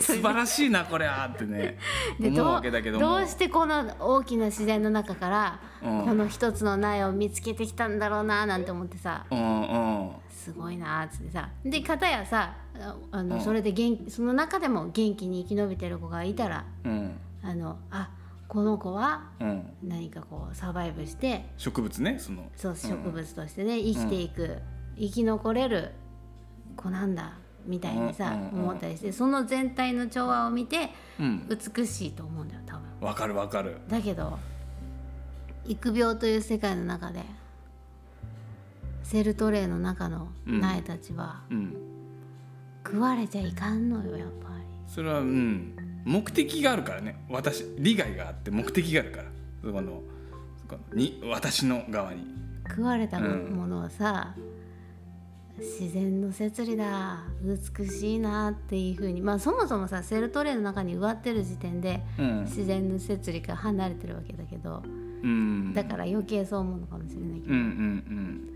B: 素晴らしいなこれはってね
C: で
B: 思うわけだけども
C: どうしてこの大きな自然の中から、
B: うん
C: この一つの苗を見つけてきたんだろうななんて思ってさ
B: うんうん
C: すごいなーっつってさで片やさああの、
B: うん
C: それで元気その中でも元気に生き延びてる子がいたら
B: うん
C: あのあこの子は
B: うん
C: 何かこうサバイブして
B: 植物ねその
C: そう植
B: ん
C: 物としてね生きていく、生き残れる子なんだみたいに
B: う
C: さ、
B: んうんうん
C: 思ったりしてその全体の調和を見て
B: うん
C: 美しいと思うんだよ多分。
B: わかるわかる
C: だけど育苗という世界の中でセルトレイの中の苗たちは、
B: うん
C: 食われちゃいかんのよやっぱり
B: それはうん目的があるからね私利害があって目的があるからそこのそこのに私の側に
C: 食われた
B: うん
C: ものをさ、自然の摂理だ美しいなっていう風にまあそもそもさセルトレイの中に植わってる時点で
B: うん、
C: 自然の摂理から離れてるわけだけど
B: うん、
C: だから余計そう思うのかもしれないけ
B: う
C: ど、
B: んうん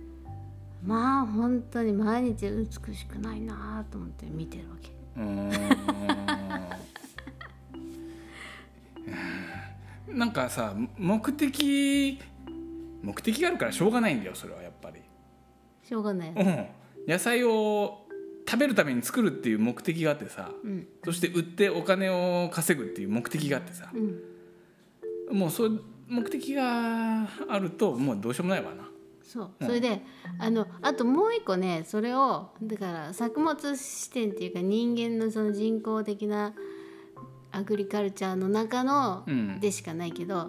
C: まあ本当に毎日美しくないなと思って見てるわけ。
B: うんうーんなんかさ目的目的があるからしょうがないんだよそれはやっぱり
C: しょうがないよ
B: う
C: ね。
B: ん野菜を食べるために作るっていう目的があってさ、
C: うん
B: そして売ってお金を稼ぐっていう目的があってさ、
C: うん、
B: もうそういう目的があるともうどうしようもないわな
C: そう、
B: うん
C: それであのあともう一個ねそれをだから作物視点っていうか人間のその人工的なアグリカルチャーの中の
B: うん
C: でしかないけど、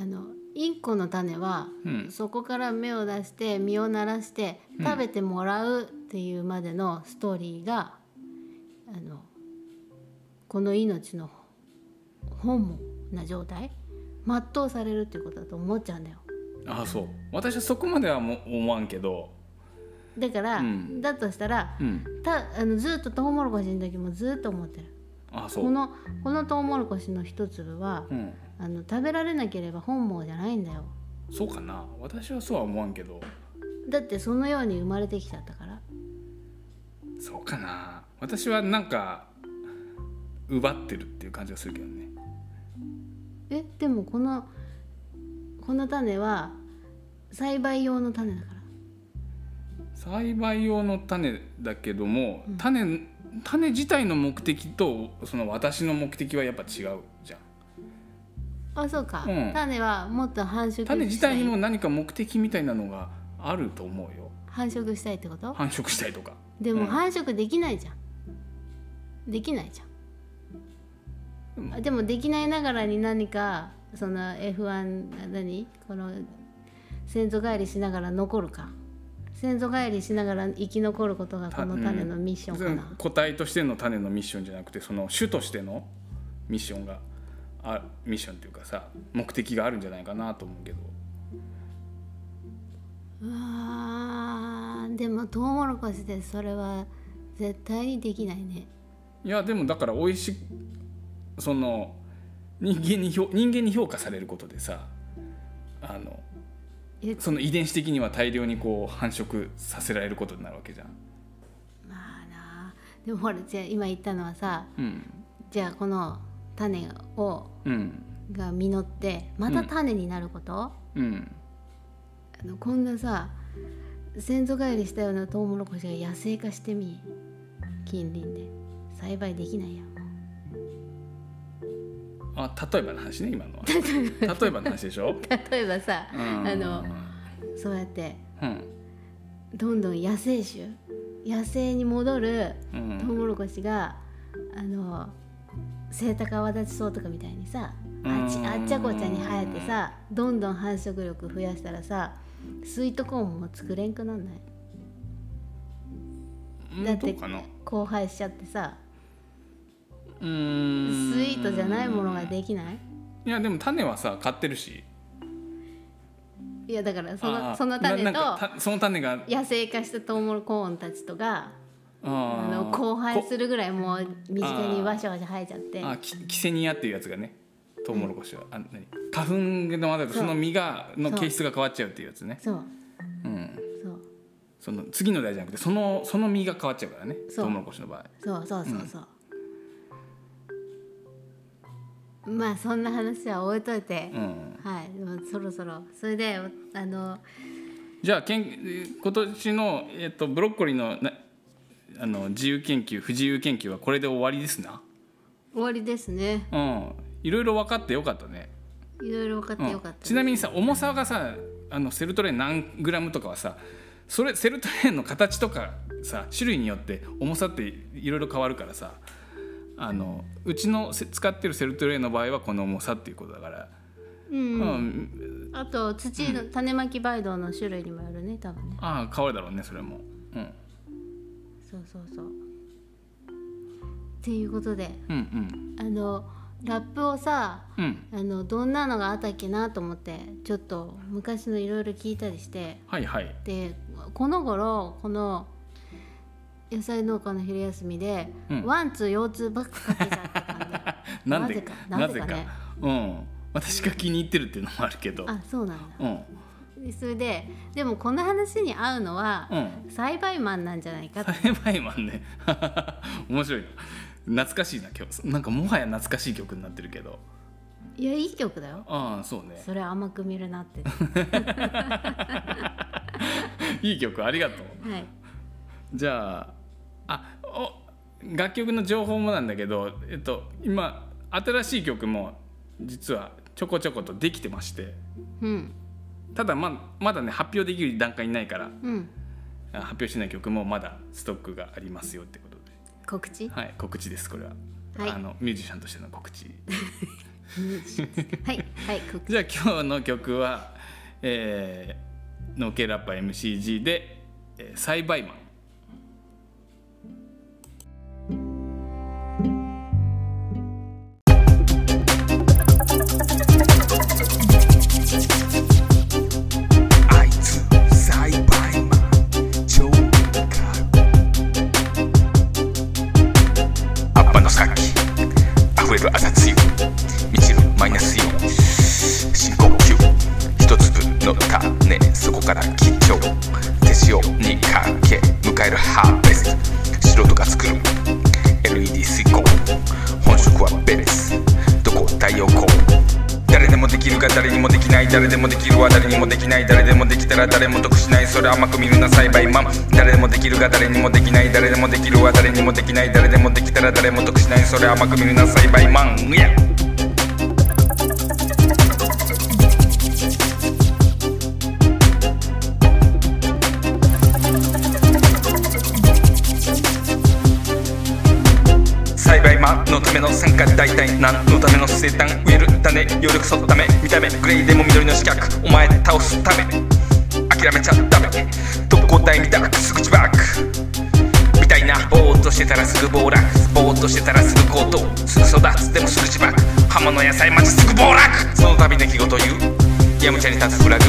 C: あの一個の種は、
B: うん
C: そこから芽を出して実をならして
B: うん
C: 食べてもらうっていうまでのストーリーが、あのこの命の本望な状態全うされるっていうことだと思っちゃうんだよ。
B: ああそう私はそこまではもう思わんけど
C: だから、
B: うん
C: だとしたら
B: うん
C: たあのずっとトウモロコシの時もずっと思ってる
B: あそう
C: このこのトウモロコシの一粒は
B: うん、
C: あの食べられなければ本望じゃないんだよ
B: そうかな私はそうは思わんけど
C: だってそのように生まれてきちゃったから
B: そうかな私はなんか奪ってるっていう感じがするけどね
C: えでもこのこの種は栽培用の種だから
B: 栽培用の種だけども、種種自体の目的とその私の目的はやっぱ違うじゃん
C: あそうか、
B: うん
C: 種はもっと繁殖したい
B: 種自体にも何か目的みたいなのがあると思うよ
C: 繁殖したいってこと
B: 繁殖したいとか
C: で
B: う
C: も
B: ん
C: 繁殖できないじゃん、できないじ
B: う
C: ゃ
B: ん
C: んあでもできないながらに何かその F1 あ何この先祖返りしながら残るか先祖返りしながら生き残ることがこの種のミッションか
B: うん
C: な、
B: 個体としての種のミッションじゃなくてその種としてのミッションがあミッションっていうかさ目的があるんじゃないかなと思うけど
C: うわーでもトウモロコシでそれは絶対にできないね
B: いやでもだから美味しいその人間に評人間に評価されることでさあの
C: え
B: その遺伝子的には大量にこう繁殖させられることになるわけじゃん。
C: まあなでもほらじゃあ今言ったのはさ
B: うん
C: じゃあこの種を
B: うん
C: が実ってまた種になること、あ
B: うん
C: のこんなさ先祖返りしたようなトウモロコシが野生化してみ近隣で栽培できないやん
B: あ例えばの話ね今 のは例えばの話でしょ、
C: 例えばさ、
B: うん、
C: あのそうやって
B: うん
C: どんどん野生種野生に戻る
B: う
C: トウ
B: ん
C: モロコシが、あのセイタカアワダチソウとかみたいにさ
B: うん
C: あっちあっちゃこっちゃに生えてさどんどん繁殖力増やしたらさスイートコーンも作れんくなんない
B: うん
C: だって
B: どうかな
C: 荒廃しちゃってさ
B: うーん
C: スイートじゃないものができない
B: いやでも種はさ買ってるし
C: いやだからそ
B: あ
C: の
B: ー
C: その
B: な
C: 種
B: なん
C: と
B: かたその種が
C: 野生化したトウモロコーンたちとがあ
B: あ
C: の
B: の
C: 荒廃す
B: る
C: るぐらいもう身近にわしゃわしゃ生えちゃって
B: あキキセニアっていうやつがねトウモロコシは、あ何花粉のまだとその実がの
C: そう
B: 形質が変わっちゃうっていうやつね
C: そう
B: うん
C: そう
B: その次の代じゃなくてそのその実が変わっちゃうからね
C: そう
B: トウモロコシの場合
C: そうそうそうそう、まあそんな話は置いといて、
B: うん
C: はいでもそろそろそれであの
B: じゃあけんえー今年の、えっとブロッコリーのなあの自由研究不自由研究はこれで終わりですな
C: 終わりですね
B: うんいろいろ分かってよかったね
C: いろいろ分かってよかっ
B: うん
C: た、
B: ちなみにさ重さがさあのセルトレン何グラムとかはさそれセルトレンの形とかさ種類によって重さっていろいろ変わるからさあのうちのせ使ってるセルトレンの場合はこの重さっていうことだから、
C: うん
B: うん、
C: あと土の種まき梅道の種類にもよるね多分ね
B: ああ変わるだろうねそれも、うん、
C: そうそうそうっていうことで
B: うんうん
C: あのラップをさ
B: うん
C: あのどんなのがあったっけなと思ってちょっと昔のいろいろ聞いたりして
B: はいはい
C: でこの頃この野菜農家の昼休みで、
B: うん
C: ワンツー腰痛ばっかかけちゃった感じ
B: なんで
C: なぜかなぜかね
B: うん私が気に入ってるっていうのもあるけど
C: あそうなんだ
B: うん
C: それででもこの話に合うのは、
B: うん
C: 栽培マンなんじゃないかと
B: 栽培マンね 面白いな懐かしいな今日なんかもはや懐かしい曲になってるけど
C: いやいい曲だよ
B: ああそうね
C: それ甘く見るなって
B: いい曲ありがとう
C: はい
B: じゃああお楽曲の情報もなんだけどえっと今新しい曲も実はちょこちょことできてまして
C: うん
B: ただままだね発表できる段階にないから
C: うん
B: あ発表してない曲もまだストックがありますよってことで
C: 告 知
B: はい、告知です、これは。
C: はい
B: あのミュージシャンとしての告知。
C: はいはい告知
B: じゃあ、今日の曲は。えー、のけラッパ M. C. G. で、えー、栽培マン。
D: あいつ栽培マン超カアッパの先
E: れる朝露満ちるマイナスイオン深呼吸一粒の種そこから貴重手塩にかけ迎えるハーベスト素人が作る LED 水光本職はベレスどこ太陽光誰でもできるが誰にもできない誰でもできるは誰にもできない誰でもできたら誰も得しないそれ甘く見るな栽培マン誰でもできるが誰にもできない誰でもできるは誰にもできない誰でもできたら誰も得しないそれ甘く見るな栽培マン Yeah 栽培マンのための参加大体何のための生誕植える種余力そっため見た目グレイでも緑の四角お前倒すため諦めちゃダメ特攻隊みたくすぐちばくみたいなぼーっとしてたらすぐ暴落ぼーっとしてたらすぐ強盗すぐ育つでもすぐ自爆浜の野菜町すぐ暴落その度出来事言うやむちゃに立つフラグ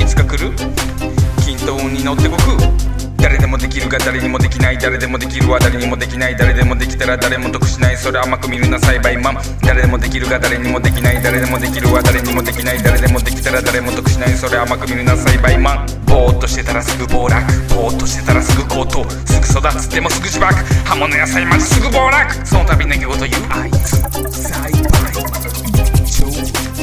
E: いつか来る均等に乗って僕誰でもできるが誰にもできない誰でもできるは誰にもできない誰でもできたら誰も得しないそれ甘く見るな栽培マン誰でもできるが誰にもできない誰でもできるは誰にもできない誰でもできたら誰も得しないそれ甘く見るな栽培マンぼーっとしてたらすぐ暴落ぼーっとしてたらすぐ強盗すぐ育つでもすぐ自爆刃物野菜まですぐ暴落その度出来事言う
D: あいつ栽培マン超